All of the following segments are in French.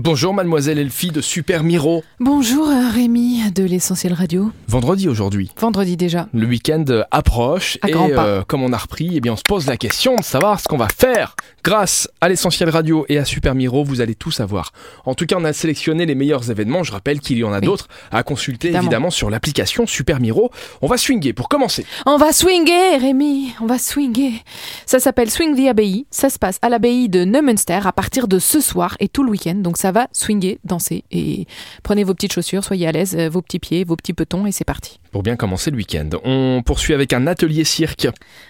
Bonjour mademoiselle Elfie de Super Miro. Bonjour euh, Rémi de l'essentiel radio. Vendredi aujourd'hui. Vendredi déjà. Le week-end euh, approche À et grands pas. comme on a repris, eh bien on se pose la question de savoir ce qu'on va faire. Grâce à l'essentiel radio et à Super Miro, vous allez tout savoir. En tout cas, on a sélectionné les meilleurs événements. Je rappelle qu'il y en a Oui. d'autres à consulter Évidemment. évidemment sur l'application Super Miro. On va swinguer pour commencer. On va swinguer Rémi, on va swinguer. Ça s'appelle Swing the Abbey. Ça se passe à l'abbaye de Neumünster à partir de ce soir et tout le week-end. Donc ça va swinguer, danser et prenez vos petites chaussures, soyez à l'aise, euh, vos petits pieds, vos petits petons et c'est parti. Pour bien commencer le week-end, on poursuit avec un atelier cirque.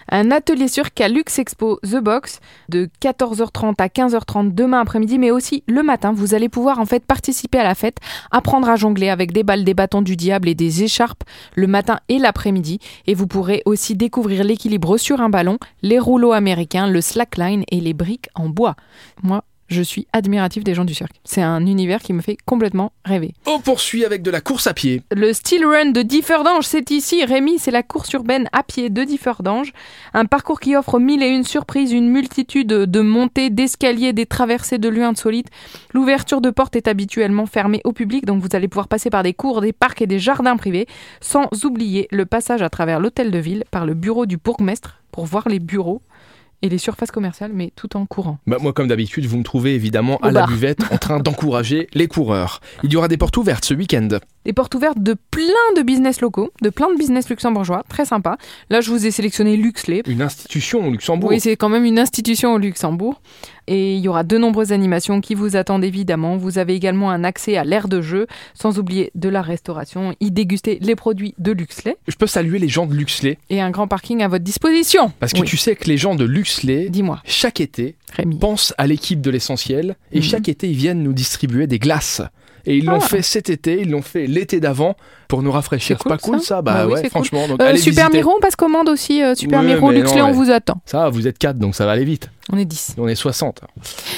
Un atelier cirque à Lux Expo The Box de 14h30 à 15h30 demain après-midi, mais aussi le matin. Vous allez pouvoir en fait participer à la fête, apprendre à jongler avec des balles, des bâtons du diable et des écharpes le matin et l'après-midi. Et vous pourrez aussi découvrir l'équilibre sur un ballon, les rouleaux américains, le slackline et les briques en bois. Moi, je suis admiratif des gens du cirque. C'est un univers qui me fait complètement rêver. On poursuit avec de la course à pied. Le Steel Run de Differdange, c'est ici. Rémi, c'est la course urbaine à pied de Differdange. Un parcours qui offre mille et une surprises, une multitude de montées, d'escaliers, des traversées de lieux insolites. L'ouverture de portes est habituellement fermée au public, donc vous allez pouvoir passer par des cours, des parcs et des jardins privés, sans oublier le passage à travers l'hôtel de ville par le bureau du bourgmestre pour voir les bureaux et les surfaces commerciales, mais tout en courant. Bah, moi, comme d'habitude, vous me trouvez évidemment Au à la bar. buvette en train d'encourager les coureurs. Il y aura des portes ouvertes ce week-end. des portes ouvertes de plein de business locaux, de plein de business luxembourgeois, très sympa. Là, je vous ai sélectionné Luxley. Une institution au Luxembourg. Oui, c'est quand même une institution au Luxembourg. Et il y aura de nombreuses animations qui vous attendent évidemment. Vous avez également un accès à l'aire de jeu, sans oublier de la restauration, y déguster les produits de Luxley Je peux saluer les gens de Luxley, et un grand parking à votre disposition. parce que Oui. tu sais que les gens de Luxley, Dis-moi, chaque été, Rémi. pensent à l'équipe de l'essentiel et Mhm. chaque été, ils viennent nous distribuer des glaces. Et ils l'ont Ah. fait cet été, ils l'ont fait l'été d'avant pour nous rafraîchir. C'est C'est pas cool, cool ça ça Bah, Bah oui, ouais, c'est cool. franchement. Donc, Euh, allez Super visiter. Miro, on passe commande aussi. euh, Super Ouais, Miro, mais non, Luxley, on ouais. vous attend. Ça, vous êtes 4, donc ça va aller vite. On est 10. On est 60.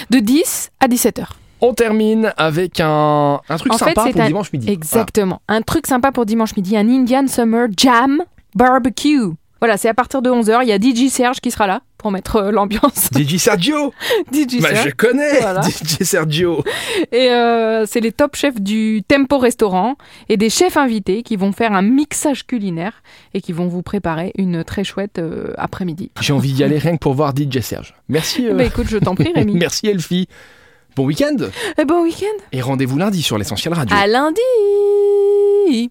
De 10 à 17h. On termine avec un, un truc En fait, sympa c'est pour un- dimanche midi. Exactement. Un truc sympa pour dimanche midi, un Indian Summer Jam Barbecue. Voilà, c'est à partir de 11h. Il y a DJ Serge qui sera là pour mettre euh, l'ambiance. Voilà. DJ Ah, Sergio DJ Bah, Serge. je connais Voilà. DJ Sergio. Et euh, c'est les top chefs du Tempo Restaurant et des chefs invités qui vont faire un mixage culinaire et qui vont vous préparer une très chouette euh, après-midi. J'ai envie d'y aller rien que pour voir DJ Serge. Merci, euh, Bah, écoute, je t'en prie, Rémi. merci Elfie. Bon week-end Et bon week-end. et rendez-vous lundi sur l'essentiel radio. À lundi.